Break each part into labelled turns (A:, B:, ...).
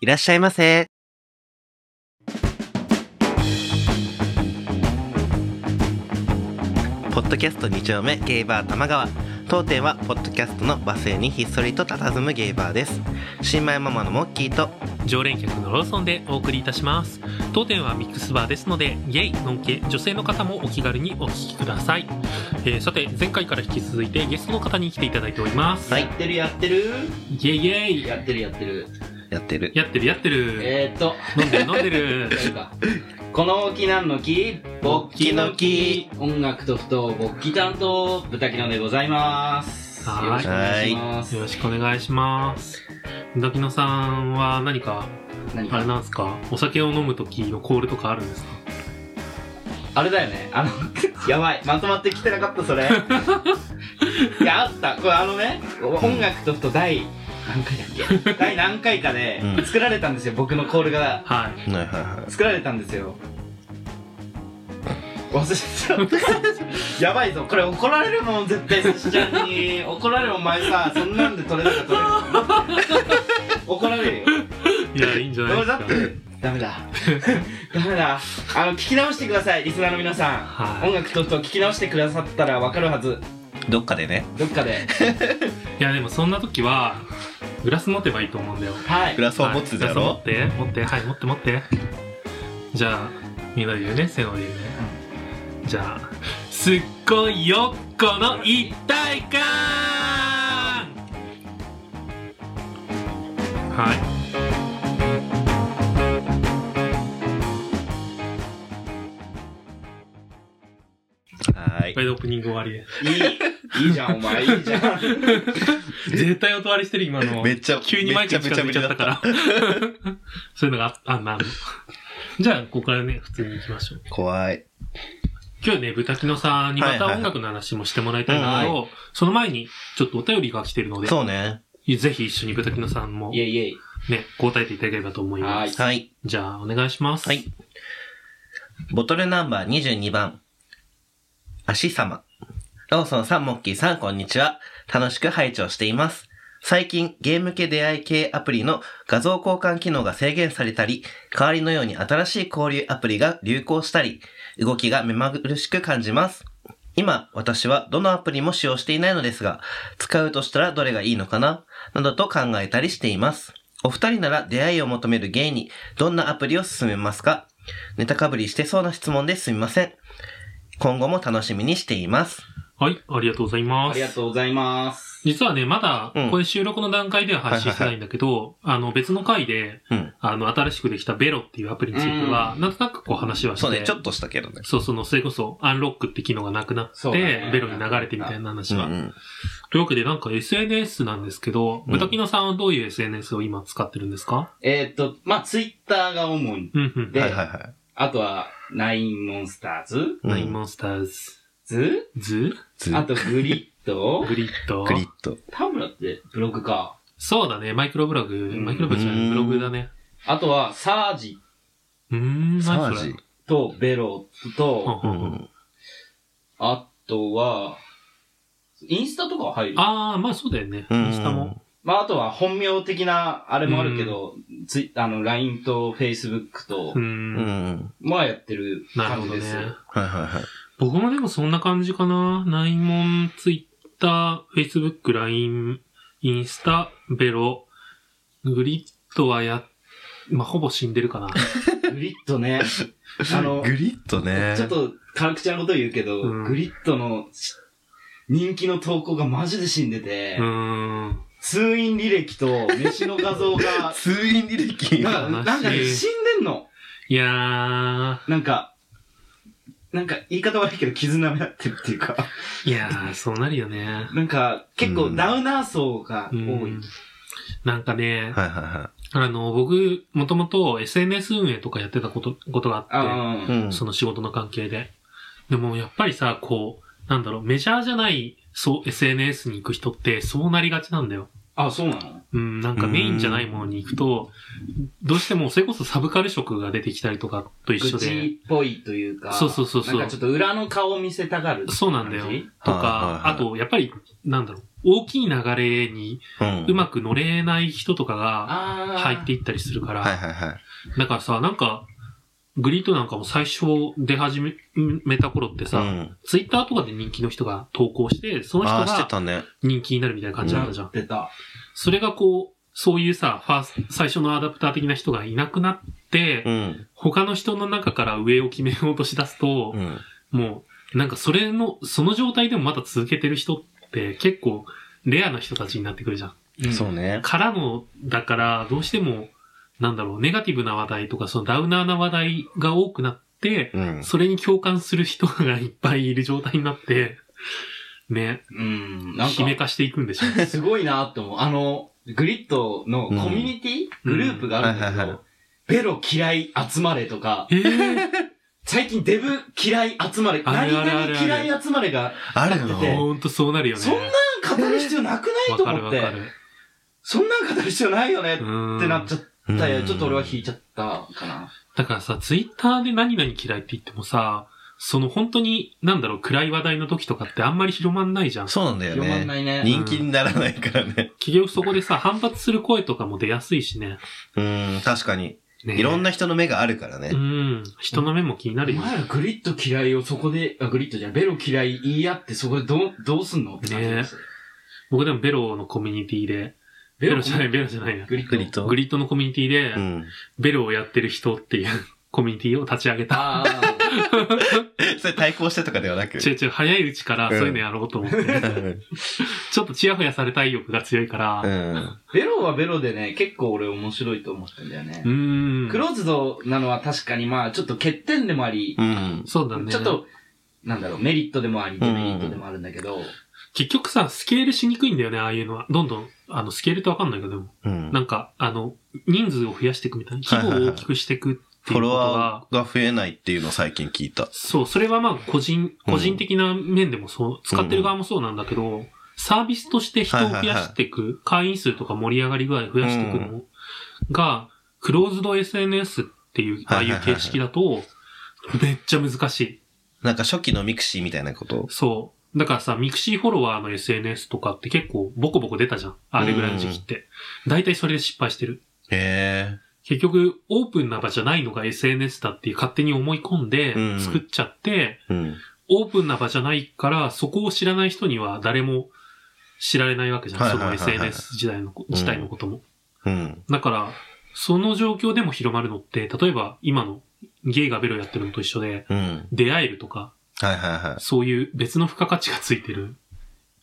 A: いらっしゃいませ。ポッドキャスト2丁目ゲイバー玉川当店はポッドキャストのバス停にひっそりと佇むゲイバーです新米ママのモッキーと
B: 常連客のローソンでお送りいたします当店はミックスバーですのでゲイノンケ女性の方もお気軽にお聞きください、えーさて前回から引き続いてゲストの方に来ていただいております、
C: やってるやってる
B: イエイイエイ
C: やってるやってる
A: やってる
B: やってるやってる
C: えーっと
B: 飲んでる飲んでる
C: なんかこの木なんの木
B: 勃起の木
C: 音楽と不当勃起担当豚木のでございます
B: はい
C: よろしくお願いします
B: よろしくお願いします滝野さんは何か
C: 何
B: あれ
C: か
B: なんですかお酒を飲む時のコールとかあるんですか
C: あれだよねあ のやばいまとまってきてなかったそれ いやあったこれあのね音楽と不当第何回 だっけ第何回かで
A: うん
C: 作られたんですよ僕のコールが
B: はい
A: はいはいは
C: 作られたんですよ忘れてたやばいぞこれ怒られるもん絶対寿司ちゃんに怒られるお前さそんなんで取れるか取れるか怒られるよ
B: いやいいんじゃない
C: 俺
B: です
C: だっ
B: か
C: てダメだダメだあの聞き直してくださいリスナーの皆さん、
B: はい
C: 音楽とと聞き直してくださったら分かるはず
A: いどっかでね
C: どっかで
B: いやでもそんな時はグラス持てばいいと思うんだよ
C: はい
A: グラスを持つだろ、
B: はいじゃあ持って持ってはい持って持って じゃあみんなで言うねせーので言うね、じゃあすっごいよこの一体感はい
A: はーい
B: これでオープニング終わりで
C: いいいいじゃんお前いいじゃん
B: す絶対音割りしてる今の
A: めっちゃ
B: 急にマイク近づいちゃったから そういうのがああんなのじゃあここからね普通に行きましょう
A: 怖い
B: 今日ね、豚キノさんにまた音楽の話もしてもらいたいんだけ
A: はいはい
B: ど、その前にちょっとお便りが来てるので、
A: そうね
B: ぜひ一緒に豚キノさんも
C: イエ
B: ね、
C: イイエイ
B: 答えていただければと思いま
C: は
B: す。
C: い
A: はい
B: じゃあ、お願いします。
A: はい。ボトルナンバー22番。足様。ローソンさん、モッキーさん、こんにちは。楽しく拝聴しています。最近、ゲーム系出会い系アプリの画像交換機能が制限されたり、代わりのように新しい交流アプリが流行したり、動きが目まぐるしく感じます。今、私はどのアプリも使用していないのですが、使うとしたらどれがいいのかななどと考えたりしています。お二人なら出会いを求めるゲイにどんなアプリを勧めますかネタかぶりしてそうな質問ですみません。今後も楽しみにしています。
B: はい、ありがとうござい
C: あ
B: ま
C: りが
B: す。
C: とうございます
B: 実はね、まだ
A: うん、
B: これ収録の段階では配信してないんだけど、あの、別の回で、
A: うん。
B: あの、新しくできたベロっていうアプリについては、なんとなくこう話はして、
A: そうね、ちょっとしたけどね。
B: そう、その、それこそ、アンロックって機能がなくなっ
C: そ
B: て、
C: うだね
B: ベロに流れてみたいな話
A: うんう
B: は
A: ん。
B: というわけで、なんか SNS なんですけど、
A: うん
B: ブタキノさんはどういう SNS を今使ってるんですか
C: えーっとまあツイッターが主に
B: うんうん。
C: で
A: はいはいは
C: あとは、ナインモンスターズ
A: い。
B: ナイン
A: うん
B: モンスターズ、
C: ズ
B: ズ、
A: ず
C: あと、グリッド
B: グリッド
A: グ。リッド。
C: 田村ってブログか。
B: そうだね、マイクロブログ。
C: ん
B: マイクロブログじゃな
A: うん
B: い、ブログだね。
C: あとは、サージ
B: うーん、
A: サ
B: 何
A: ー
B: それ
A: ジ。
C: とベロと、
A: う
B: うんうんうん
A: ん。
C: あとは、インスタとかは入る。
B: あー、まあそうだよね。イ
A: うん
B: ンスタも。
C: まあ、あとは、本名的な、あれもあるけど、ツイあの、LINE と Facebook と
B: うー、。
A: うんん。
C: まあやってる
B: なる
C: 感
B: ほ
C: じ
B: ど
C: で
B: ね
C: す。。
A: はいはいはい。
B: 僕もでもそんな感じかな。ナイモン、ツイッター、フェイスブック、ライン、インスタ、ベロ、グリッドはや、まあほぼ死んでるかな。
C: グリッドね。あの、
A: グリッドね。、
C: ちょっと、軽口なこと言うけど、
B: うん
C: グリッドのし人気の投稿がマジで死んでて、
B: うーん。
C: 通院履歴と飯の画像が
A: 通院履歴。
C: なんか、なんかね、
B: 悲しい
C: 死んでんの。
B: いやー、
C: なんか、なんか言い方悪いけど傷舐め合ってるってい うか、
B: いやー、そうなるよね。
C: なんか結
A: う
C: 構
A: ん
C: ダウナー層が
B: う
C: 多
B: ん
C: い。
B: なんかね、
A: はいは
B: あの、僕、もともと SNS 運営とかやってたこと、ことが
C: あ
B: あっ
A: いはい。う
C: うん
A: ん。
B: て、その仕事の関係で。でも、やっぱりさ、こう、なんだろう、メジャーじゃない、そう、SNS に行く人って、そうなりがちなんだよ。
C: あ、そうなの
B: うん、なんかメインじゃないものに行くと、どうしてもそれこそサブカル色が出てきたりとかと一緒
C: 愚
B: で、
C: 痴っぽいというか、
B: そうそうそうそう
C: なんかちょっと裏の顔を見せたがる。
B: そうなんだよ。とか、
A: はいはいはい
B: あと、やっぱり、なんだろう、大きい流れに
A: うん。
B: うまく乗れない人とかが
C: ああ。
B: 入っていったりするから、
A: はいはいはい。
B: だからさ、なんか、グリートなんかも最初出始めめた頃ってさ、
A: うん。
B: ツイッターとかで人気の人が投稿して、その人
A: ああー、して
B: が
A: たね。
B: 人気になるみたいな感じだったじゃ。
C: なんってた。
B: それがこう、そういうさ、ファース最初のアダプター的な人がいなくなって、
A: うん。
B: 他の人の中から上を決めようとしだすと
A: う、ん。
B: もう、なんかそれの、その状態でもまだ続けてる人って結構レアな人たちになってくるじゃん。
A: そうね。
B: からの、だから、どうしても、なんだろう、ネガティブな話題とか、そのダウナーな話題が多くなって、
A: うん。
B: それに共感する人がいっぱいいる状態になって、ね、
C: うん。なん
B: 悲鳴
C: か、
B: 化していくんでし ょ。
C: すごいなと思う。あの、グリッドのコミュニティ、
B: うん
C: グループがあるん
A: う
C: だけ
A: ん
C: ど、
A: はいはいは
C: ベロ嫌い集まれとか、
B: えー、
C: 最近デブ嫌い集まれ、
B: あ
C: 何
B: るあるあるある
C: 々嫌い集まれが、
A: ある
C: で
A: の
B: ほんとそうなるよね。
C: そんなん語る必要なくない
B: わ
C: と
B: かる
C: 思
B: わ
C: っ
B: か
C: て、
B: る。
C: そんなん語る必要ないよね
B: う
C: っ
B: ん。
C: てなっちゃったよ。
A: うん
C: ちょっと俺は引いちゃったかな。
B: だからさ、ツイッターで何々嫌いって言ってもさ、その本当に、なんだろう、暗い話題の時とかってあんまり広まんないじゃん。
A: そうなんだよ
C: 広まんな
A: ね。
C: いね。
A: 人気にならないからね。
B: 企業そこでさ、反発する声とかも出やすいしね。
A: うん、確かに。
B: ね
A: いろんな
B: な。
A: 人の目があるから
B: う
A: ね。
B: ん。人の目も気にな
C: お
B: るよ。
C: 前らグリッド嫌いをそこで、あグリッドじゃないベロ嫌い言い合ってそこでどう、どうすんのって感じです。
B: 僕でもベロのコミュニティで、ベ
C: ベ
B: ロ
C: ロ
B: じ
C: じ
B: ゃ
C: ゃ
B: な、
C: ないい。
B: ベロじゃないや。
C: グリッ
A: グ
C: ド
A: リッ。ド。
B: グリッドのコミュニティ
A: う
B: で、
A: ん。
B: ベロをやってる人っていうコミュニティを立ち上げた。
C: ああ。
A: それ対抗してとかではなく。
B: 違う違う、早いうちからそういうのやろうと思って。
A: うん
B: ちょっとチヤホヤされたい欲が強いから。
A: う。
B: うん
C: ベロはベロでね、結構俺面白いと思ったんだよね。
B: ーん。
C: クローズドなのは確かにまあ、ちょっと欠点でもあり、
A: うん。
B: そうだね。
C: ちょっと、なんだろう、メリットでもあり、デメリットでもあるんだけど、
B: 結局さ、スケールしにくいんだよね、ああいうのは。どんどん、あの、スケールってわかんないけどでも、
A: うん
B: なんか、あの、人数を増やしていくみたいな、規模を大きくしていくって
A: フォ
B: いうこ
A: ロ
B: とが、
A: ワーが増えないっていうのを最近聞いた。
B: そう、それはまあ、個人、
A: うん
B: 個人的な面でもそう、使ってる側もそうなんだけど、サービスとして人を増やしていく、会員数とか盛り上がり具合増やしていくのが、クローズド SNS っていう、ああいう形式だと、めっちゃ難しい。
A: なんか初期のミクシーみたいなこと。
B: そう。だからさ、ミクシーフォロワーの SNS とかって結構ボコボコ出たじゃん。あれぐらいの時期って。大体それで失敗してる。
A: へ
B: 結局、オープンな場じゃないのが SNS だっていう勝手に思い込んで
A: うん
B: 作っちゃって、
A: え。うん。
B: オープンな場じゃないから、そこを知らない人には誰も知られないわけじゃ
A: は
B: ん。
A: い
B: そ
A: はいはい
B: の
A: はい
B: SNS 時代のこ、
A: うん
B: 自体のことも。
A: うん。
B: だから、その状況でも広まるのって、例えば今のゲイがベロやってるのと一緒で、
A: うん。
B: 出会えるとか、
A: はいはいは
B: そういう別の付加価値がついてる。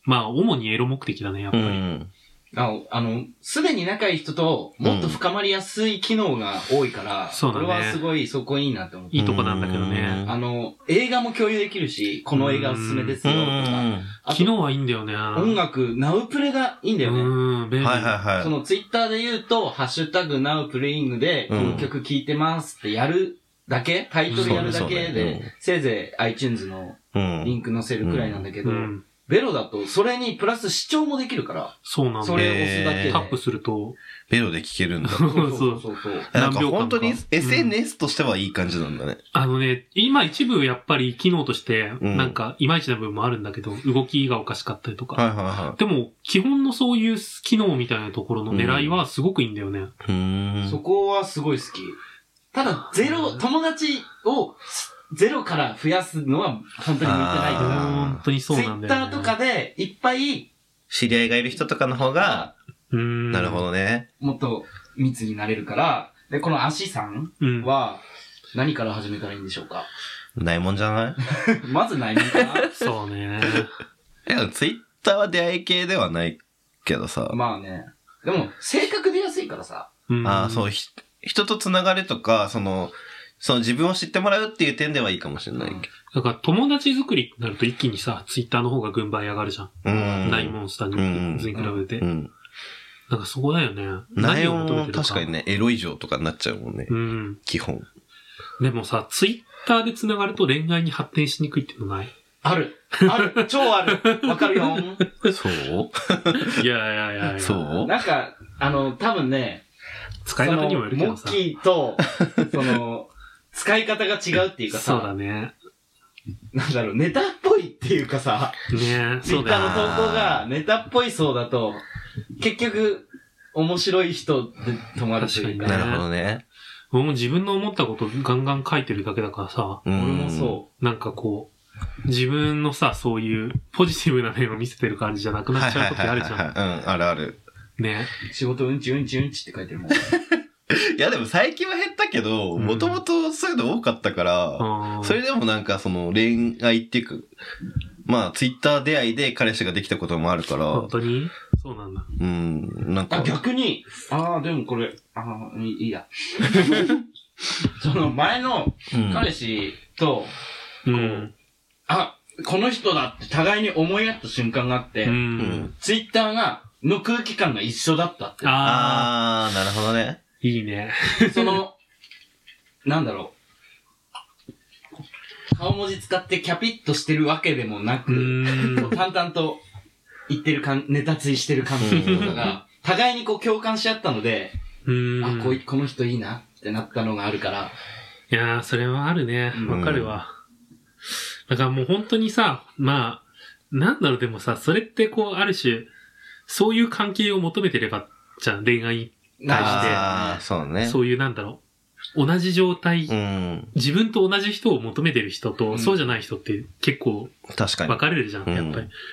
B: まあ、主にエロ目的だね、やっ
A: い。
B: ぱ
A: う
B: り。
A: ん。
C: ああの、すでに仲いい人ともっと深まりやすい機能が多いから、
B: そうだね
C: 俺はすごいそこいいなって思って。
B: いいとこなんだけど
A: う
B: ね
A: ん。
C: あの、映画も共有できるし、この映画おすすめです
A: う
C: よとか、
A: ん。
C: あ
B: 昨日
C: と
B: はいいんだよね。
C: 音楽、ナウプレがいいんだよね。
B: うん、便利。
A: はいはい
C: そ
A: は
C: のツイッターで言うと、ハッシュタグナウプレイングで、こ
A: うん
C: の曲聴いてますってやるだけ、タイトルやるだけ
A: そうねそうねう
C: で
A: ん、
C: せいぜい iTunes の
A: い。う
C: リ
A: ん。
C: ンク載せるくらいなんだけ
B: う
C: ど、
B: ん。
C: ベロだとそれにプラス視聴もできるから、
B: そうなんだ
C: そ
B: よ。
C: れを押すだけ
A: へ
C: で。
A: ー
B: タップすると、
A: ベロで聞けるんだ。
B: そう
C: そう
B: そ
C: そう
B: う。
C: そうそう。
A: なん
B: 何
A: か
B: 秒間か
A: 本当に
B: うん
A: SNS としてはいい感じなんだね。
B: あのね、今一部やっぱり機能として、
A: うん
B: なんか、いまいちな部分もあるんだけど、動きがおかしかったりと
A: はい
B: か。
A: はいは
B: でも、基本のそういう機能みたいなところの狙いはすごくいいんだよね。
A: い。うーん。
C: そこはすごい好き。ただ、ゼロ、友達をゼロから増やすのは本当に向いてない
A: うん
C: か
B: 本当に
C: ら、
B: そう
C: ツイ
B: なんだ
C: ッ
B: よ
C: タ
B: ね。
C: ーとかでいっぱい、
A: 知り合いがいる人とかの方が、
B: うん。
A: なるほ。どね。
C: もっと密になれるから、で、この足さん
B: うん。
C: は、何から始めたらいいんでしょうか
A: ないもんじゃない
C: まず内面か
B: そうね。
A: いや、ツイッターは出会い系ではないけどさ
C: な。まあね。でも、性格出やすいからさ。
B: うん
A: ああ、そう、ひ人とつながれとか、その、その自分を知ってもらうっていう点ではいいかもしれないけ
B: だから友達作りってなると一気にさ、ツイッターの方が軍配上がるじゃん。
A: ど。うん。
B: ないモンスターに
A: うん
B: 別に比べて。
A: うん。
B: なんかそこだよね。
A: 内
B: 何を
A: 容
B: 求め
A: も
B: てるか。
A: 確かに。ね、エロ以上とかになっちゃうもんね。
B: うん。
A: 基本。
B: でもさ、ツイッターで繋がると恋愛に発展しにくいって のない
C: ある。ある。超ある。わかるよ。
A: そう
B: いやいやいやいや。
A: そう
C: なんか、あの、多分ね、
B: 使い方にもよるけどさ
C: その。モッキーと、その、使い方が違うっていうか
B: そうだ
C: さ、
B: ね。
C: なんだろう、ネタっぽいっていうかさ、
B: ね
C: ツイ
B: そう
C: ッター
B: だ
C: の
B: よ。
C: 投稿がネタっぽいそうだと、結局、面白い人で止まるという
B: う
C: か
B: ん
A: なるほどね。
B: 俺も自分の思ったことガンガン書いてるだけだからさ、
A: うん。
C: 俺もそ
B: なんかこう、自分のさ、そういうポジティブな面を見せてる感じじゃなくなっちゃう時あるじゃ
A: はいはいはいはいうん、あるある。
B: ん。ね。
C: う。仕事うんちうんちうんちって書いてるもん。
A: いや、でも最近は減ったけど、
B: うん
A: もともとそういうの多かったから、
B: あー
A: それでもなんかその恋愛っていうか、まあ、ツイッター出会いで彼氏ができたこともあるから
B: 本、当にそうなんだ。
A: うん、なん
C: あ、
A: か、
C: 逆に、ああ、でもこれ、ああ、いいいいや。 その前の
A: うん
C: 彼氏と、
B: うん。
C: あ、この人だって互いに思い合った瞬間があって、
B: う。
A: うんん。
C: ツイッターが、の空気感が一緒だったって。
B: ああ、
A: あー、なるほどね。
B: いいね。
C: その、なんだろう。顔文字使ってキャピッとしてるわけでもな
B: う
C: く、
B: ーん。
C: 淡々と言ってる感、ネタついしてる感じっていうのが、互いにこう共感し合ったので、
B: うーん。
C: あ、こい、この人いいなってなったのがあるから、
B: いやー、それはあるね
C: う。ん
B: わかるわ。だからもう本当にさ、まあ、なんだろう、でもさ、それってこう、ある種、そういう関係を求めてれば、じゃん、恋愛、対して
A: あー、そうね。
B: そういうなんだろう、同じ状態、
A: うん、
B: 自分と同じ人を求めてる人と、
C: うん
B: そうじゃない人って結構
A: 確かに
B: 分。かれるじゃん、やっぱり。
A: うん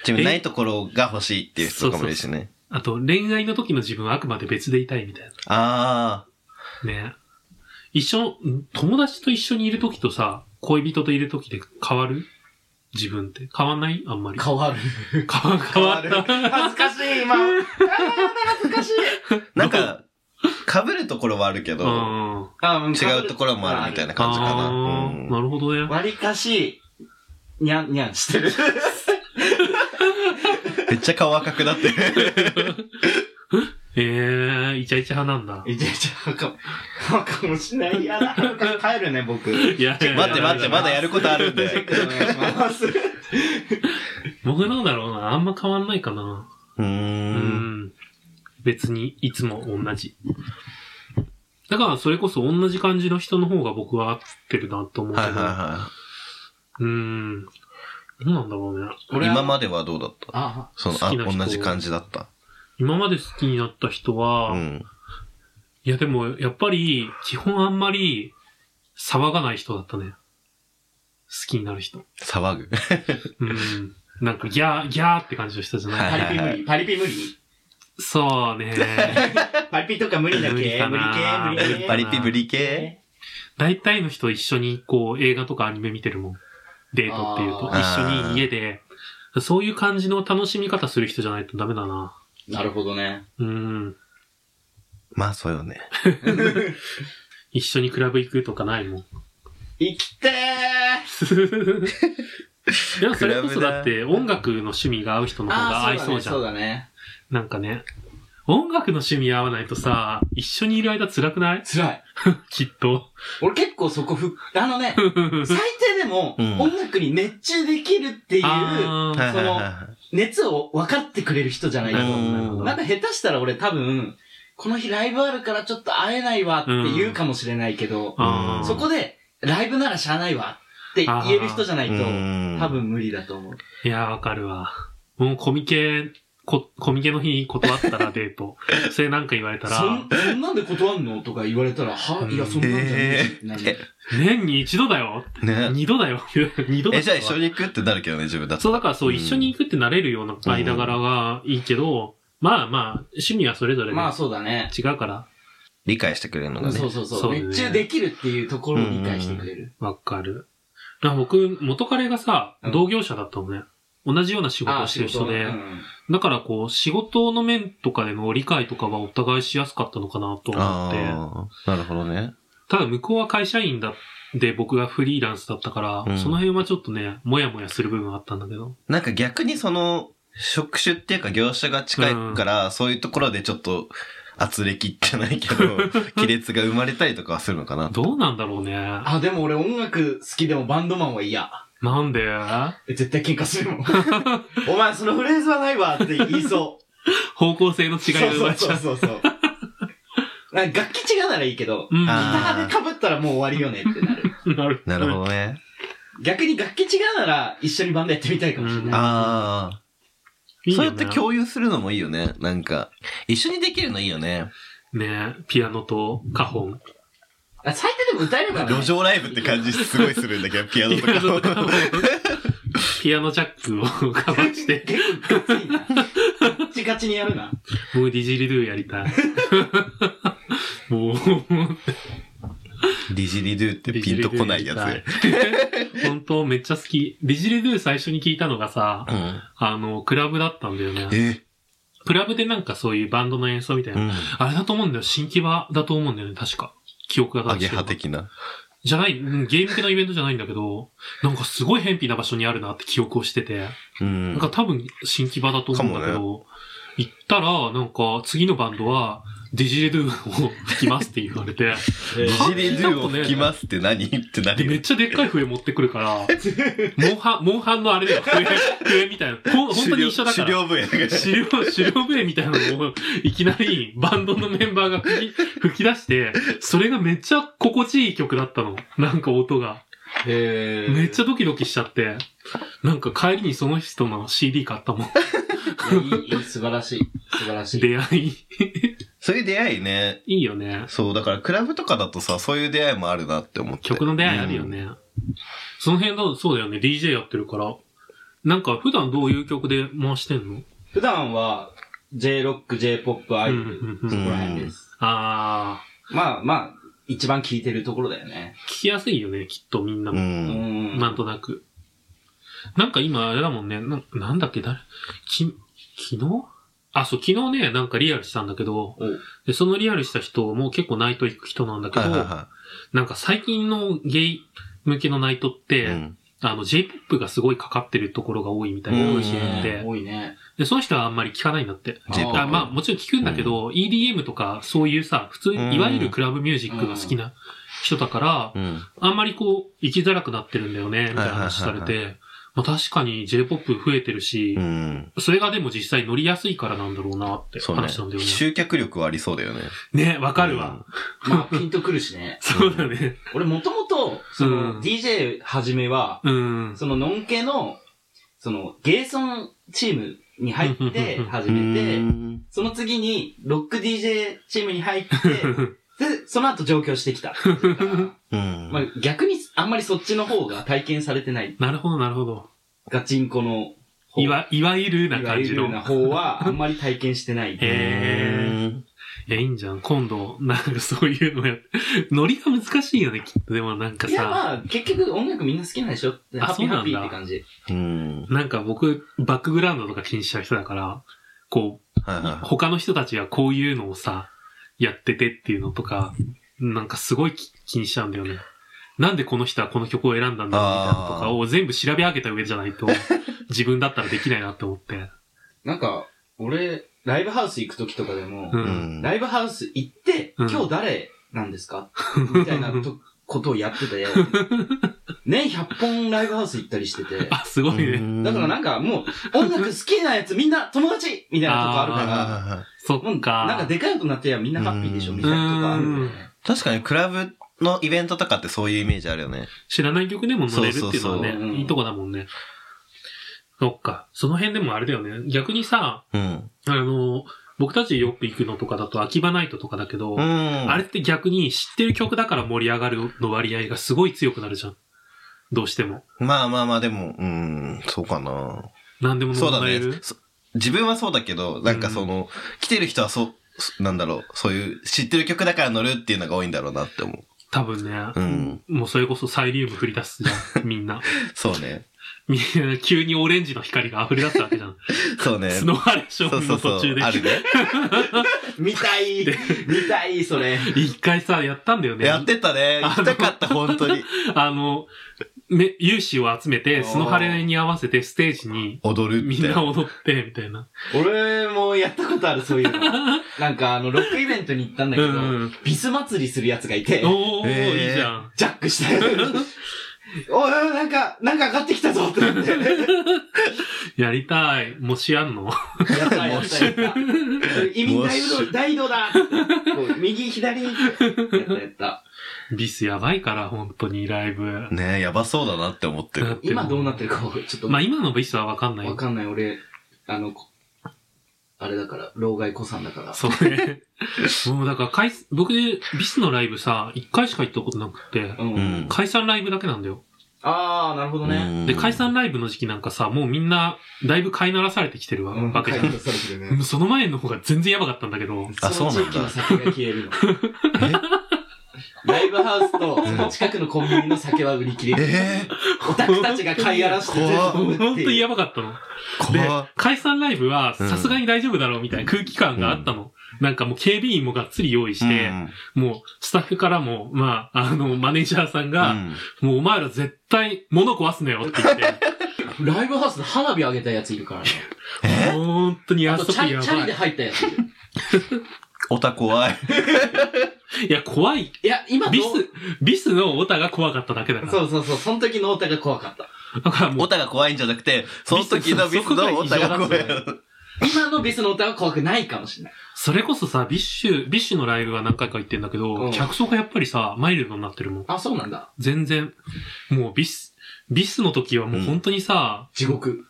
A: 自分ないところが欲しいっていう人とかもいるしね。
B: あと、恋愛の時の自分はあくまで別でいたいみたい
A: あ
B: な。ね。一緒、ん友達と一緒にいる時とさ、恋人といる時で変わる自分って。変わんないあんまり。
C: 変わる。
B: 変わ変わった。
C: 恥ずかしい、今。あー恥ずかしい。
A: ー、なんか、被るところはあるけど、
B: うん
C: あー
A: 違うところもあるみたいな感じかな。
B: あー
A: うん
B: なるほどね。
C: わりかし、にゃんにゃんして る。
A: めっちゃ顔赤くなってる。
B: ええー、イチャイチャ派なんだ。
C: いちいちゃかも、かもしない。やだ。帰るね、 僕。
B: いや、
A: 待って待って、まだやることあるん
C: チ
A: で
C: ェッ。クお願いします。
B: 僕なんだろうな。あんま変わんないかな。
A: うー。
B: うんん。別に、いつも同じ。だから、それこそ同じ感じの人の方が僕は合ってるなと思うけ
A: はいはい
B: ど。
A: は
B: うん。どうなんだろう
A: い。
B: ね。
A: 今まではどうだった
C: あ、
A: その、
B: 好
A: あ、
B: きな人
A: 同じ感じだった。
B: 今まで好きになった人は、
A: うん。
B: いやでも、やっぱり、基本あんまり、騒がない人だったね。好きになる人。
A: 騒ぐ。
B: うん。なんか、ギャー、ギャーって感じの人じゃない。
A: はい
C: パリピ無理。パリピ無理。
B: そうね。
C: パリピとか無理だっけ
B: 無
C: 無
B: 理
C: 理
B: か
C: 系
B: な
C: 無理系
A: バリピブリ系
B: 大体の人一緒にこう映画とかアニメ見てるもん。デートっていうと。
A: あ
B: 一
A: ー
B: 緒に家で。そういう感じの楽しみ方する人じゃないとダメだな。
C: なるほどね。
B: うん。
A: まあ、そうよね。
B: 一緒にクラブ行くとかないもん。
C: 生きて
B: でもそれこ
A: クラ
B: そ
A: ブだ
B: だって音楽の趣味が合う人
C: ー
B: の方が合いそうじゃ。
C: そうんだね。
B: なんかね。音楽の趣味合わないとさ、一緒にいる間辛くない
C: 辛い。
B: きっと。
C: 俺結構そこふ、あの ね、最低でも
A: うん
C: 音楽に熱中できるっていう
B: あ
A: はい
B: ー
A: はいは
C: 熱を分かってくれる人じゃないと。
A: うん
C: なんか下手したら俺多分、この日ライブあるからちょっと会えないわって言うかもしれないけど、
B: あー。
C: そこで、ライブならしゃあないわって言える人じゃない
A: い。
C: と、
A: うん
C: 多。分無理だと思う。
B: いやー、わかるわ。もうコミケ、こコミケの日断ったらデート。 それなんか言われた
C: そん
B: ら、
C: そんなんで断んのとか言われたら、は
B: うん
C: いや、そんなんじゃねえなんで
B: 年に一度だよ。
A: ね。
B: 二度だよ。二度だ
A: え、
B: よ。
A: じゃあ一緒に行くってなるけどね、自分だと。
B: そう、だからそう、
A: うん
B: 一緒に行くってなれるような間柄がいいけど、まあまあ、趣味はそれぞれで
C: まあそうだね。
B: 違うから、
A: 理解してくれるのがね
C: そ。うそう
B: そ
C: そうう。
B: ね
C: 熱中できるっていうところを理解してくれる。
B: わかる。だから僕、元彼がさ
C: う、ん
B: 同業者だったのね。同じような仕事をしてる人で、
C: うん
B: だからこう、仕事の面とかでの理解とかはお互いしやすかったのかなと思って。
A: ああ、なるほどね。
B: ただ向こうは会社員だで僕がフリーランスだったから、
A: うん
B: その辺はちょっとね、もやもやする部分はあったんだけど。
A: なんか逆にその、職種っていうか業種が近いから、そういうところでちょっと、圧力じゃないけ ど、亀裂が生まれたりとかはするのかな。
B: どうなんだろうね。
C: あ、でも俺音楽好きでもバンドマンは嫌。
B: なんで
C: 絶対喧嘩するも ん。お前そのフレーズはないわって言いそう。
B: 方向性の違いが生まれちゃう。
C: そうそうそうそう。なんか楽器違うならいいけど、
B: うん。
C: ギタ
A: あ
C: ーで被ったらもう終わりよねってなる。
B: なる
A: なるほどね。
C: 逆に楽器違うなら一緒にバンドやってみたいかもしれ
B: うん
C: ない。
A: ああ。
B: いいよ
A: そう
B: ね
A: やって共有するのもいいよね。なんか、一緒にできるのいいよね。
B: ねピアノとカホン。
C: あ最低でも歌えるから、ね。
A: 路上ライブって感じすごいするんだけど、ピアノと
B: ピアノと
A: か
B: カ。ホン。 ピアノジャックを カバーして、
C: 結構ガチいな。ガチガチにやるな。
B: もうディジリドゥやり たい。もう、
A: リジリドゥって
B: ディ
A: ピ
B: ジ
A: ン
B: リド
A: と
B: ゥ
A: こないや
B: やり
A: つ。
B: たい。本当めっちゃ好き。ディジリドゥ最初に聞いたのがさ、
A: うん。
B: あの、クラブだったんだよね。
A: え、
B: クラブでなんかそういうバンドの演奏みたいうな。
A: ん。
B: あれだと思うんだよ。新木場だと思うんだよね、確か。記憶が
A: ア
B: 正
A: ゲ
B: しけれ
A: ハ
B: ば
A: 的な。
B: じゃない、うんゲーム系のイベントじゃないんだけど、なんかすごい偏僻な場所にあるなって記憶をしてて、
A: う
B: なん
A: ん
B: か。多分新木場だと思うんだけ
A: か
B: ど、行ったら、なんか次のバンドは、ディジレドゥを吹きますって言われて、
A: リ
B: ー
A: ジリドゥを吹きますって何ってな
B: で、
A: るよ
B: め
A: ね。
B: っちゃでっかい笛持ってくるから、モンハン、モンハンのあれだよ、笛、笛みたいな。ほん本当に一緒だか
A: 狩
B: ら。
A: 猟部やだから
B: 狩猟、狩猟笛みたいなのを、いきなりバンドのメンバーが吹き、吹き出して、それがめっちゃ心地いい曲だったの。なんか音が。
C: へ
B: めっち
C: ゃ
B: ゃドキドキしちゃって、なんか帰りにその人の CD 買ったもん。
C: いい、素晴らしい。素晴らしい。
B: 出会い。
A: そういう出会いね。
B: いいよね。
A: そう、だからクラブとかだとさ、そういう出会いもあるなって思って。
B: 曲の出会いあるよね。その辺だとそうだよね。DJ やってるから。なんか普段どういう曲で回してんの
C: 普段は、J-ROCK、J-POP、アイ
B: う
C: ドル、
B: んうんうん
C: そこら辺です。
B: あ
C: まあまあ、一番聴いてるところだよね。
B: ー、聞きやすいよね、きっとみんな
A: う。
B: も。
C: うんん。
B: なんとなく。なんか今あれだもんね。ななんだっけ、誰き、昨日あ、そう、昨日ね、なんかリアルしたんだけど、
C: お
B: でそのリアルした人も結構ナイト行く人なんだけ
A: はい
B: ど、
A: はいは
B: なんか最近のゲイ向けのナイトっ
A: い。
B: て、
A: うん。
B: あの J-POP がすごいかかってるところが多いみたいな
A: うん
B: 多いしで
C: 多いね。
B: で、その人はあんまり聞かないんだって。
A: J-POP
B: あまあもちろん聞くんだけど、EDM とかそういうさ、普通
A: うん
B: にいわゆるクラブミュージックが好きな人だから、
A: うん。
B: あんまりこう、生きづらくなってるんだよね、みたいな話され
A: はいは
B: て、まあ確かに J-POP 増えてるし、
A: うん。
B: それがでも実際乗りやすいからなんだろうなって
A: そうね
B: 話なんだ。よね。
A: 集客力はありそうだよね。
B: ね、わかるわ。
C: まあ、ピンとくるしね。
B: そうだね。
C: 俺もともと、そ
B: うん
C: の、DJ はじめは、
B: うん。
C: その、のんけの、その、ゲーソンチームに入って、始
A: う
C: めて、
A: ん。
C: その次に、ロック DJ チームに入 って、で、その後上京してきた。
A: う
C: まあ
A: ん。、
C: 逆にあんまりそっちの方が体験されてない。
B: なるほど、なるほど。
C: ガチンコの方。
B: いわ、いわゆるない
C: わ
B: 感
C: ゆ
B: じ
C: る
B: の。
C: な方は、あんまり体験して ない。
B: へえいや、いいんじゃん。今度、なんかそういうのやって。ノリが難しいよね、きっと。でもなんか
C: いや、
B: さ、
C: まあ、結局音楽みんな好きなんでしょ
B: あ
C: ハッピ
B: そう
C: ーハ
B: な
C: ッ
B: ん
C: ピ
B: だ
C: ーって感じ。
A: うん。
B: なんか僕、バックグラウンドとか気にしちゃう人だから、こう、
A: はいは
B: 他の人たちがこういうのをさ、やっててっていうのとか、なんかすごいき気にしちゃうんだよね。なんでこの人はこの曲を選んだんだろうみたいなのとかを全部調べ上げた上じゃない と、自分だったらできないなって思って。
C: なんか、俺、ライブハウス行く時とかでも
B: う、。
A: い。うんん。
C: ライブハウス行って、
B: うん
C: 今日誰なんで すかみたいなとことをやってたよ。年100本ライブハウス行ったりしてて。
B: あ、すごいね。
A: ね
C: だからなんかもう、音楽好きなやつみんな友達みたいなとこあるから、
A: ら、
B: そ
C: も
B: っ
C: う
B: か。
C: なんかでかいことになってりゃみんなハッピーでしょみたいなとこあるよね。
A: 確かにクラブのイベントとかってそういうイメージあるよね。
B: 知らない曲でも乗れるっていうのはね
C: そうそうそう
B: いいとこだもんね。そっか。その辺でもあれだよね。逆にさ、
A: うん。
B: あの、僕たちよく行くのとかだと、秋葉ナイトとかだけど、
A: うん。
B: あれって逆に知ってる曲だから盛り上がるの割合がすごい強くなるじゃん。どうしても。
A: まあまあまあ、でも、うん、そうかな。
B: 何でも
A: そう
B: 乗
A: だ
B: れ
A: ね
B: る。。
A: そ自分はそうだけど、なんかその、来てる人はそう、そなんだろう、そういう、知ってる曲だから乗るっていうのが多いんだろうなって思
B: 多分ね、
A: う。うん。
B: もうそれこそサイリウム振り出すじゃん。みんな。
A: そうね。
B: みんな急にオレンジの光が溢れ出すわ けじゃん。
A: そうね。
B: スノーハレーシ
A: そ
B: ョ
A: う
B: ン
A: そ
B: の
A: うそ
B: 途
A: う
B: 中。で。
A: あるね。
C: 見たい見たいそれ。
B: 一回さ、やったんだよね。
A: やってたね。行きたかった、本当に。
B: あの、め、有志を集めて、スノハレに合わせてステージに
A: 踊るみ
B: み
A: た
B: ん
A: い
B: な
A: な。
B: 踊って、みたいな。
C: 俺もやったことある、そういうの。なんかあの、ロックイベントに行ったんだ
B: う
C: けど、
B: ん。
C: ビス祭りするやつがいて、
B: おー、
A: へー
B: いいじゃん。
C: ジャックしたよ。 おいおい、なんか、なんか上がってきたぞってなって。
B: やりたい。もしやんの
C: やったやったやった。移民大移動大移動だこう右、左。やったやった。
B: ビスやばいから、本当にライブ。
A: ねえ、やばそうだなって思ってる。
C: 今どうなって
B: る
C: るか、ちょっと、
B: まあ今のビスはわかんない
C: わ。かんない。俺、あの、こあれだから、老害子さんだから。
B: そうね。 もうだから解散、僕、ビスのライブさ、一回しか行ったことなくて、
C: うん。
A: うん。
B: 解散ライブだけなんだよ。
C: ああ、なるほどね。
B: で、解散ライブの時期なんかさ、もうみんな、だいぶ飼いならされてきてるわ
C: うん
B: わけじゃん。
C: 解放されてるね
B: うんその前の方が全然やばかったんだけど、
A: あそうなんだ
C: の地域の酒が消えるの。ライブハウスと、その近くのコンビニの酒は売り切
A: え
C: れ。
A: え
C: オタクたちが買い荒らして全部
B: 本
C: 売っ
B: 当に
C: ていう。
B: やばかったの。
A: ー、
B: で
A: 怖っ、
B: 解散ライブは
A: うん
B: さすがに大丈夫だろうみたいな空気感があったの。なんかもう警備員もがっつり用意して、もうスタッフからも、まあ、あの、マネージャーさん
A: うんう
B: が、
A: ん
B: もうお前ら絶対物壊すなよって言って、
C: ライブハウスで花火上げたやついるからね。
A: え
B: 本当に
C: あ
B: あ
C: と
B: そ
C: チ
B: こ
C: ャリ、
B: や
C: チャリ
B: ば
C: で
B: い。
C: 入ったやついる。
A: オタ怖い。
B: いや、怖い。
C: いや、今の
B: ビス、ビスのオタが怖かっただけだから。
C: そうそうそう、その時のオタが怖かった。
B: だからも
A: オ
B: う、
A: タが怖いんじゃなくて、その時のビスのオタが怖い。
C: 今のビスのオタは怖くないかもしれない。
B: それこそさ、ビッシュ、ビッシュのライブは何回か行ってんだけ
C: う
B: ど、
C: ん
B: 客層がやっぱりさ、マイルドになってるもん。
C: あ、そうなんだ。
B: 全然、もうビス、ビスの時はもう本当にさ、
C: 地獄。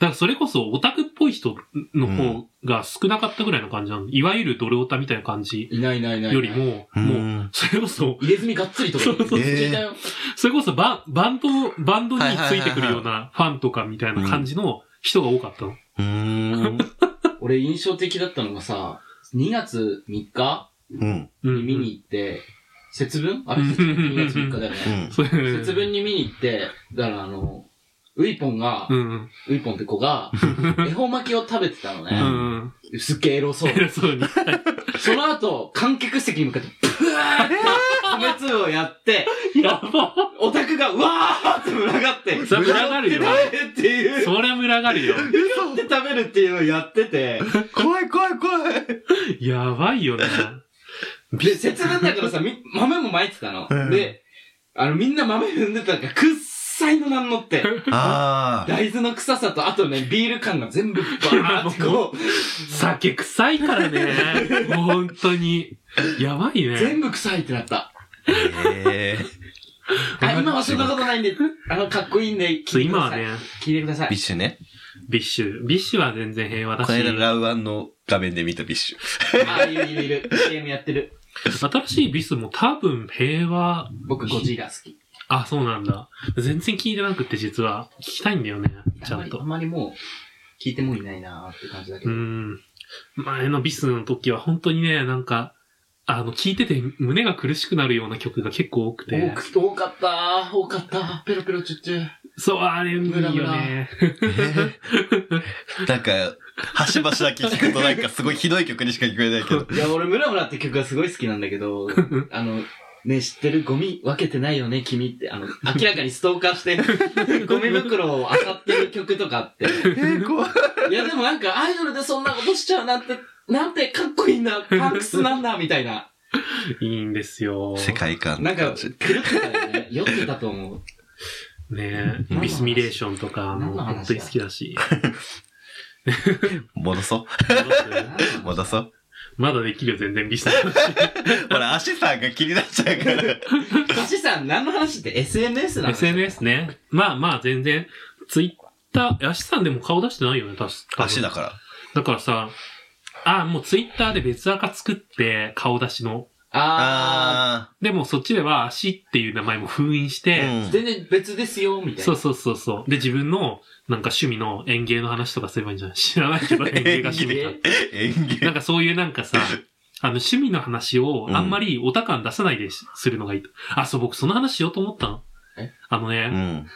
B: だからそれこそオタクっぽい人の方が少なかったぐらいの感じなの。いわゆるドルオタみたいな感じ
C: いないいないいない。
B: より、も、もう、
A: も
B: それこそ、
C: 入れ墨がっつりとか。
B: そうそう
A: そう
C: 聞いたよ。
B: それこそバンバンド、バンドについてくるようなファンとかみたいな感じの人が多かったの。
A: う、うん。
C: 俺印象的だったのがさ、2月3日
A: うん。
B: う
C: に見
B: ん。
C: に行って、節分あれ
B: うん
C: ?2 月3日だよね。
A: う
B: そういう
C: 節分に見に行って、だからあの、ウイポンが
B: う、ん。
C: ウイポンって子が、恵方巻きを食べてたの
B: う
C: ね。
B: ん。
C: すっげえエロそう。
B: 偉そうに。
C: その後、観客席に向かって、ブワーって、破滅をやって、
B: やば。
C: オタクが、うわーって群がって、
B: それ群がるよ
C: 群がって食べるっていう、
B: そりゃ群 がるよ。
C: 群がって食べるっていうのをやってて、
A: 怖い怖い怖い。
B: やばいよね。
C: で、節分だからさ、み豆も巻いてたの
A: う。ん
C: で、あの、みんな豆踏んでたから、くっさいのなん のって。
A: ああ。
C: 大豆の臭さと、あとね、ビール感が全部バ ーってこう、
B: 酒臭いからね。本当に。やばいね。
C: 全部臭いってなった。
A: ええ。
C: あ、今はそんなことないんで、あの、かっこいいんで、聞いてく
B: そ
C: ださ
B: う
C: い。
B: 今はね、
C: 聞いてくださ
A: ビ
C: い
A: ッ。シュ ね。
B: ビッシュ。ビッシュは全然平和だし。
A: この間ラウアンの画面で見たビッシュ。
C: あ、いるいるいる。ゲームやってる。
B: 新しいビスも多分平和、
C: 僕、ゴジラ好き。
B: あ、そうなんだ。全然聞いてなくって実は、聞きたいんだよね、ち
C: あ
B: ゃ
C: ま
B: ん
C: り、あ
B: と。
C: まりもう、聞いてもいないなーって感じだけ
B: う
C: ど。
B: ん。前のビスの時は本当にね、なんか、あの、聞いてて胸が苦しくなるような曲が結構多くて
C: 多。く、多かったー。多かったー。ペロペロチュッチュ。
B: そう、あれ、いい
C: ムラム
B: よ
C: ラ
B: ね。
A: なんか、端々だけ聞くとなんかすごいひどい曲にしか聞こえないけど。
C: いや、俺、ムラムラって曲がすごい好きなんだけ ど、あの、ね、知ってるゴミ分けてないよね、君って。あの、明らかにストーカーして、 ゴミ袋を漁ってる曲とかあって。
A: えー、怖い。
C: いや、でもなんか、アイドルでそんなことしちゃうなんて、なんてかっこいいな、パンクスなんだ、みたいな。
B: いいんですよ。
A: 世界観。
C: なんか、狂ってたよね。酔ってたと思う。
B: ね
C: 何の話
B: ビスミレーションとか、も
C: 何
B: う
C: の話だ
B: 本当に好きだし。
A: 戻そう。戻そう。
B: まだできるよ、全然ビスの話。
A: ほら、足さんが気になっちゃうから。
C: 歌詞さん、何の話って SNS なの
B: SNS ね。まあまあ、全然、ツイッター、ヤシさんでも顔出してないよね、確か
A: 足だから。
B: だからさ、ああ、もうツイッターで別赤作って、顔出しの。
C: あ
A: あ
B: でもそっちでは足っていう名前も封印し
A: あ。う
B: て、
C: ー、
A: ん。
C: 全然別ですよ、みたい
B: そう
C: な。
B: そうそうそう。で、自分のなんか趣味の園芸の話とかすればいいんじゃない知らないけ ど園芸が趣味だ。
A: 演
B: なん
A: 技。
B: かそういうなんかさ、あの趣味の話をあんまりオタ感出さないでするのがいいと。あ、そう、僕その話しようと思ったの
C: え。
B: あのね、
A: うん。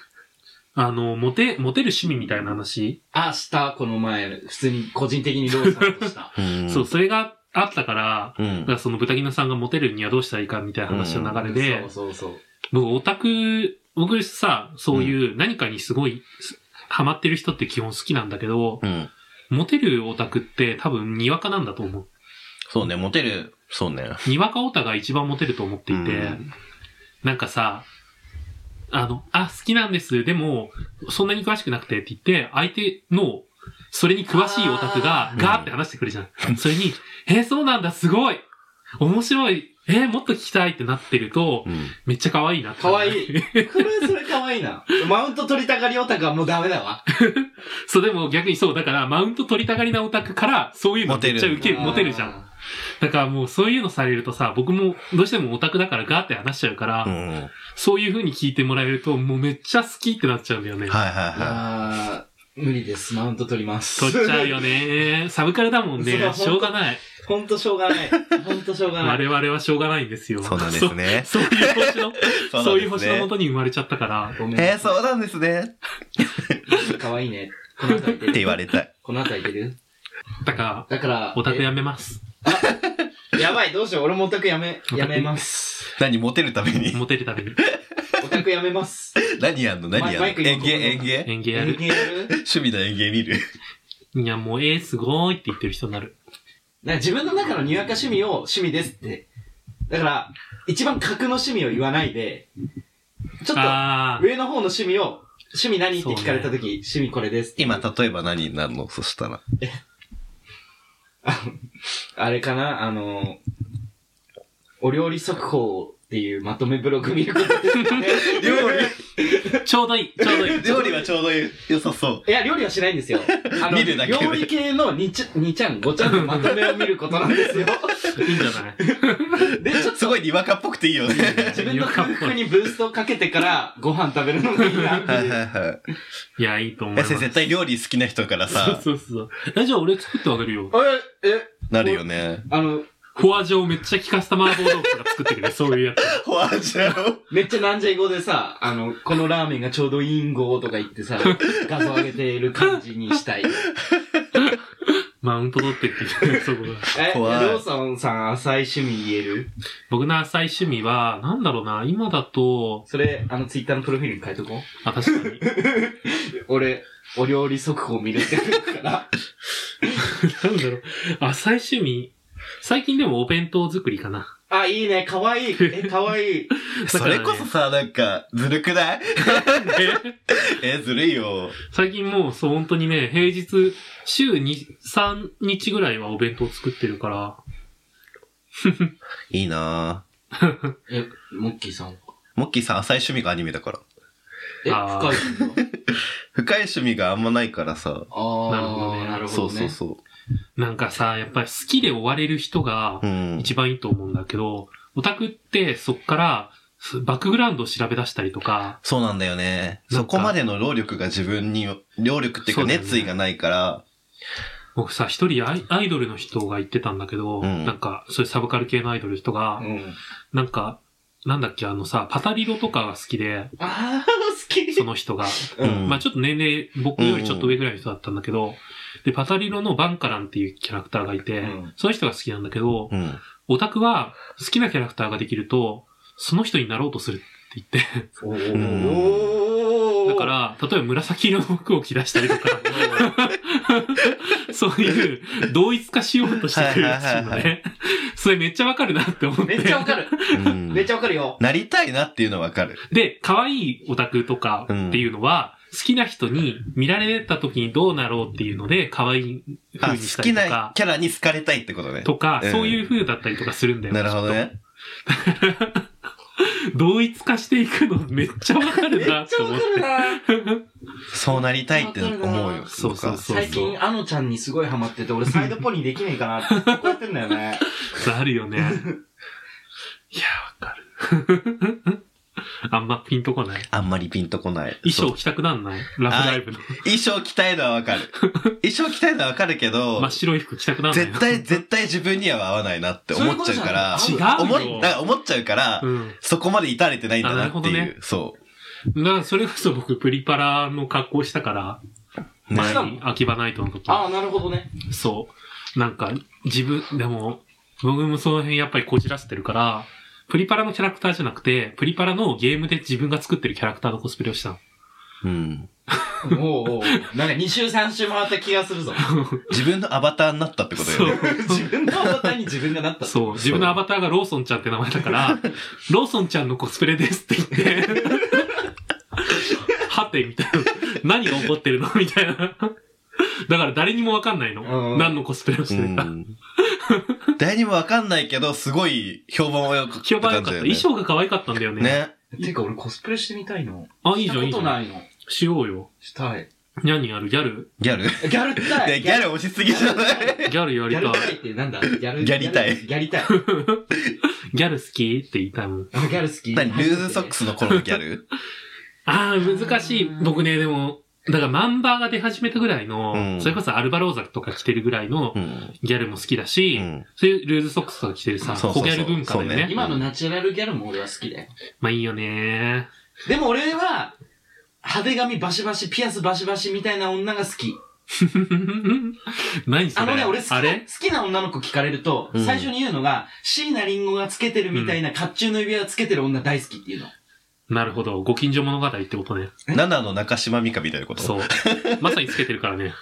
B: あの、モテ、モテる趣味みたいな話。
C: あ、した、この前、普通に個人的にローさん とした。
A: うん。
B: そう、それがあったから、
A: う
B: だか
A: ん。
B: らその豚キノさんがモテるにはどうしたらいいかみたいな話の流れで、
C: そうそうそう。
B: 僕、オタク、僕さ、そういう何かにすごい、すハマってる人って基本好きなんだけど、
A: うん。
B: モテるオタクって多分にわかなんだと思う。
A: そうね、モテる。そうね。
B: にわかオタが一番モテると思っていて、
A: うん
B: なんかさ、あの、あ、好きなんです。でも、そんなに詳しくなくてって言って、相手の、それに詳しいオタクが
A: あ、ー
B: ガーって話してくるじゃん。それに、えーそうなんだ、すごい面白いえーもっと聞きたいってなってると、
A: うん。
B: めっちゃ可愛いなって。
C: かわ いい。これ、それかわいいな。マウント取りたがりオタクはもうダメだわ。
B: そう、でも逆にそう、だから、マウント取りたがりなオタクから、そういうのめっちゃ受ける、 モテるじゃん。
C: ん。
B: だからもう、そういうのされるとさ、僕も、どうしてもオタクだからガーって話しちゃうから、
A: うん。はい
B: そういう風に聞いてもらえると、もうめっちゃ好きってなっちゃうんだよね。
A: はいは
C: あー無理です。マウント取ります。
B: 取っちゃうよね。サブカルだもん
C: そ
B: ね
C: う。
B: しょうがない。
C: ほんとしょうがない。ほんとしょうがない。
B: 我々はしょうがないんですよ。
A: い。そうなんですね。
B: そう。そう いう星の、そういう星のも
A: と。
B: とに生まれちゃったから。
C: ごめん
A: えー、そうなんですね。
C: う。かわいいね。この辺り
A: って
C: 出 る。
A: 言われたい。
C: この辺り出る。
B: だか
C: だから
B: ら、、オタクやめます。
C: えやばい、どうしよう。俺もオタクやめ、やめます。
A: 何、モテるために。
B: モテるために。
C: オタクやめます。
A: 何やんの何やんの
C: マイク今
A: 園芸、園芸
B: 演芸や
C: やる
B: る。
A: 趣味の園芸見る。
B: いや、もう、えー、すごいって言ってる人になる。
C: なんか自分の中のにわか趣味を趣味ですって。だから、一番格の趣味を言わないで、ちょっ
B: あ
C: と上の方の趣味を、趣味何って聞かれた時、趣味これですって。
A: 今、例えば何になるのそしたら。
C: あれかなあの、お料理速報っていうまとめブログ見ることです ね
A: 料
B: ー、ちょうどいい、ちょう どいい。
A: 料理はちょうどよ良さそう。
C: いや、料理はしないんですよ。あの
A: 見るだけで
C: 料理系の2ちゃん、2ちゃん、5ちゃんのまとめを見ることなんで すよ。
B: いいんじゃない
C: で、ちょっと
A: すごいにわかっぽくていいよね。
C: 自分の空腹にブーストをかけてからご飯食べるのがいいなって
A: はい
C: いう。
A: はいはい。
B: いや、いいと思い
A: え、
B: ます。
A: 先生絶対料理好きな人から
B: そう
A: さ、
B: そうそう。え、じゃあ俺作ってあげるよ。
C: え、え、
A: なるよね。
C: あの、
B: フォアジョをめっちゃ効かせた麻婆豆腐とか作ってくれ、そういうやつ。
A: フォアジャオ。
C: めっちゃなんじゃい語でさ、あの、このラーメンがちょうどいいんごとか言ってさ、画像上げてる感じにしたい。
B: マウント取ってって言ってそこが。
C: え、り
A: 怖い
C: ょうさんさん浅い趣味言える
B: 僕の浅い趣味は、なんだろうな、今だと、
C: それ、あの、ツイッターのプロフィールに書いとこう。
B: あ、確かに。
C: 俺、お料理速報見るって書くから。
B: なんだろう、浅い趣味。最近でもお弁当作りかな。
C: あ、いいね、かわいい。え、かわいい。
A: それこそさ、なんか、ずるくないえ、ずるいよ。
B: 最近もう、そう、本当にね、平日、週2、3日ぐらいはお弁当作ってるから、
A: いいなぁ。
C: え、モッキーさんは
A: モッキーさん、浅い趣味がアニメだから。
C: え、
B: あ
C: 深
B: ー
C: いんだ。
A: 深い趣味があんまないからさ。
C: あー、
B: なるほどね
C: なるほ
A: そ
C: ど
A: う
C: ね。
A: そうそ
B: なんかさ、やっぱり好きで追われる人が
A: う。う、ん。
B: 一番いいと思うんだけど、オタクってそっから、すバックグラウンドを調べ出したりとか、
A: そうなんだよね。
B: なん
A: そ
B: か
A: こまでの労力が自分に、労力っていう
B: そ
A: か
B: うだよね
A: 熱意がないから、
B: 僕さ、一人アイアイドルの人が言ってたんだけど、
A: うん
B: なんか、そういうサブカル系のアイドルの人が、
C: うん。
B: なんか、なんだっけ、あのさ、パタリロとかが好きで、
C: あー、
B: そ
C: 好
B: の人が。
C: き。うん。
A: うん
B: まあちょっと年齢、僕よりちょっと上ぐらいの人だったんだけど、で、パタリロのバンカランっていうキャラクターがいて、
C: うん
B: その人が好きなんだけど、
A: うん。
B: オタクは好きなキャラクターができると、その人になろうとするって言って、
C: お
A: ん
C: ー。
B: だか、ら、例えば紫色の服を着出したりとか、そういう同一化しようとしてくるらしいの
A: はいはいはい
B: ね。それめっちゃわかるなって思って。
C: めっちゃわかる。
A: うん
C: めっちゃわかるよ。
A: なりたいなっていうのはわかる。
B: で、可愛いオタクとかっていうのは、好きな人に見られた時にどうなろうっていうので、可愛い
A: あ、
B: 風にし
A: 好
B: た
A: き
B: りと
A: な
B: か、
A: キャラに好かれたいってことね。
B: とか、
A: うん
B: そういう風だったりとかするんだよ。
A: なるほどね。
B: 同一化していくのめっちゃわか るなって思っ
C: な
B: て。
A: そうなりたいって思うよ。
B: そうそうそう
C: 最近、あのちゃんにすごいハマってて、俺サイドポニーできねえかなって、こうやってんだよ ね。
B: あるよね。いや、わかる。 あんまピンとこない。
A: あんまりピンとこない。
B: 衣
A: そ
B: 装
A: う
B: 着たくなんないラブライブの。
A: 衣装着たいのはわか る。衣装着たいのはわかるけど
B: 真っ、白い服着たくなんない。
A: 絶対、絶対自分には合わないなって思っちゃうから、
C: そういうこと
A: 思
B: ゃん
C: じ
B: 違うよ
A: っだから思っちゃうから、
B: うん。
A: そこまで至れてないんだな
B: あなるほ
A: って
B: ど
A: いう。
B: ね
A: そ
B: だから、それこそ僕、プリパラの格好したから、
A: う。
C: 真っ
A: ね
C: 白、
B: 前に秋葉ナイトの時
C: ああ、なるほどね。
B: そう。なんか、自分、でも、僕もその辺やっぱりこじらせてるから、プリパラのキャラクターじゃなくて、プリパラのゲームで自分が作ってるキャラクターのコスプレをしたの。
A: うん。
C: おうおうなんか2週3週回った気がするぞ。
A: 自分のアバターになったってことよね。
C: 自分のアバターに自分がなった。
B: そう。自分の アバターがローソンちゃんって名前だから、ローソンちゃんのコスプレですって言って、はて、みたいな。何が起こってるのみたいな。だから誰にもわかんないの。
C: うん
B: 何のコスプレをし
A: う
B: てるか。
A: ん。誰にもわかんないけど、すごい評判は良かった
B: 評判良
A: 感
B: か
A: じ
B: っ
A: だ
B: た。
A: よね。
B: 衣装が可愛かったんだよね。
A: ね。
C: てか俺コスプレしてみたいの。
B: あ、いいじゃん、いい
C: し
B: じ
C: た
B: ゃ。
C: ことなんいの。
B: しようよ。
C: したい。
B: ニャンにあるギャル
A: ギャル
C: ギャルた
A: ね
C: い。
A: ギャル押しすぎじゃない
B: ギャルや
C: ギ
B: りた
C: ャル
B: い。
C: たいってなんだギャル
A: ギャリたい
C: ギャリたい。
B: ギャル好きって言いたいもん。
C: あギャル好き。
A: 何ルーズソックスの頃のギャル
B: あー、難しい。僕ね、でも、だからマンバーが出始めたぐらいの、
A: うん
B: それこそアルバローザとか着てるぐらいの
A: うん。
B: ギャルも好きだし、
A: うん
B: そういうルーズソックスとか着てるさ、
A: そうそうそう
B: 小ギャル文化だよね。
A: そうね
C: 今のナチュラルギャルも俺は好きだよ。
B: まあいいよね
C: でも俺は、派手髪バシバシ、ピアスバシバシみたいな女が好き。
B: 何そ
C: あ
B: れ
C: のね、俺好き
B: あ
C: な、好
B: れ
C: きな女の子聞かれると、
A: うん
C: 最初に言うのが、椎名林檎がつけてるみたいな甲冑の指輪つけてる女大好きっていうの。
B: なるほど。ご近所物語ってことね。
A: 7の中島美香みたいなこと。
B: そう。まさにつけてるからね。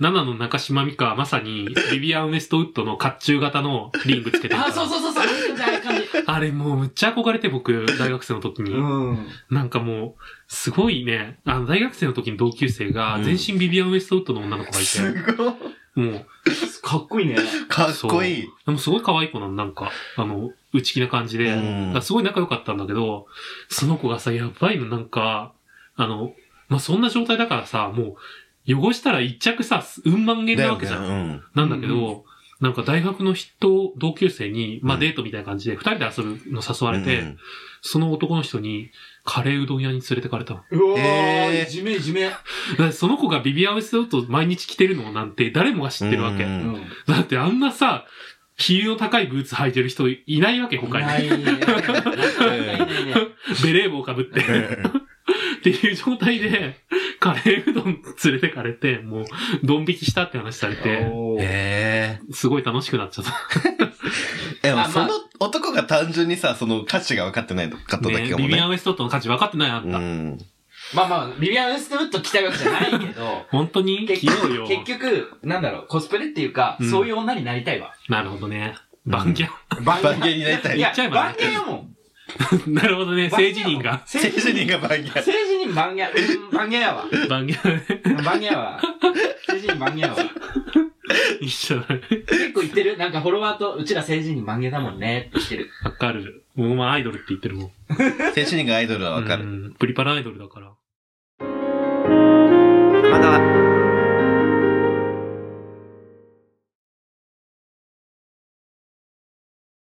B: 七の中島美香はまさに、ビビアン・ウェストウッドの甲冑型のリングつけてるから。
C: あ、そうそうそうそう、ああいう感じ、ああいう感じ。
B: あれもうむっちゃ憧れて僕、大学生の時に。
C: うん。
B: なんかもう、すごいね、あの、大学生の時に同級生が
A: う、ん
B: 全身ビビアン・ウェストウッドの女の子がい
A: す
B: て、
A: ごい。
B: もう、
C: かっこいいね。
A: かっこいい。
B: でもすごい可愛い子なの、なんか、あの、内気な感じで、
A: うん
B: だからすごい仲良かったんだけど、その子がさ、やばいの、なんか、あの、まあ、そんな状態だからさ、もう、汚したら一着さ、うんまんげ
A: だ
B: な
A: よ
B: わ
A: ね
B: けじゃん。
A: うん。
B: なんだけど、
C: う
B: なんか大学の人、同級生に、まあ
A: うん
B: デートみたいな感じで、二人で遊ぶの誘われて、
A: うん
B: その男の人に、カレーうどん屋に連れてかれたの。
C: うお
A: えー
C: ー、いじめいじめ。
B: だからその子がビビアンウェストウッドを毎日着てるのなんて誰もが知ってるわけ。
A: う
C: うんん。
B: だってあんなさ、ヒールの高いブーツ履いてる人いないわけ他に。
C: いないね。 いないね。
B: ベレー帽かぶって。っていう状態で、カレーうどん連れてかれて、もう、ドン引きしたって話されて、
C: おー
A: へえ。
B: すごい楽しくなっちゃった。
A: でも
C: あ
A: そ
C: まあ
A: の男が単純にさ、その価値が分かってないのかっただけ
B: ね
A: かも
B: ビビア
A: ね。
B: ンウェストウッドの価値分かってないあん
A: う
B: た。、
A: ん。
C: まあまあ、ビビアン・ウェストウッド着たいわけじゃないけど
B: 本当に
C: 結
B: 着ようよ
C: 局、。結局、なんだろう、コスプレっていうか
B: うん、
C: そういう女になりたいわ。
B: なるほどね。番ギャ
C: バ
A: 番犬になりたい
B: 言
C: いや
B: っちゃえ、ばね
C: 番犬やもん。
B: ン。 なるほどね。政治人が。
C: 政
A: 政
C: 治
A: 治
C: 人
A: 人が番犬。
C: 政治人番屋、うん番屋やわ。
B: 番ギャ
C: 番屋やわ。 政治人番屋やわ。
B: 一緒だね。
C: 結構言ってるなんかフォロワーと、うちら政治人番屋だもんねって言ってる。
B: わかる。もうまあアイドルって言ってるもん。
A: 政治人がアイドルは分か
B: う
A: る。
B: ん。プリパラアイドルだから。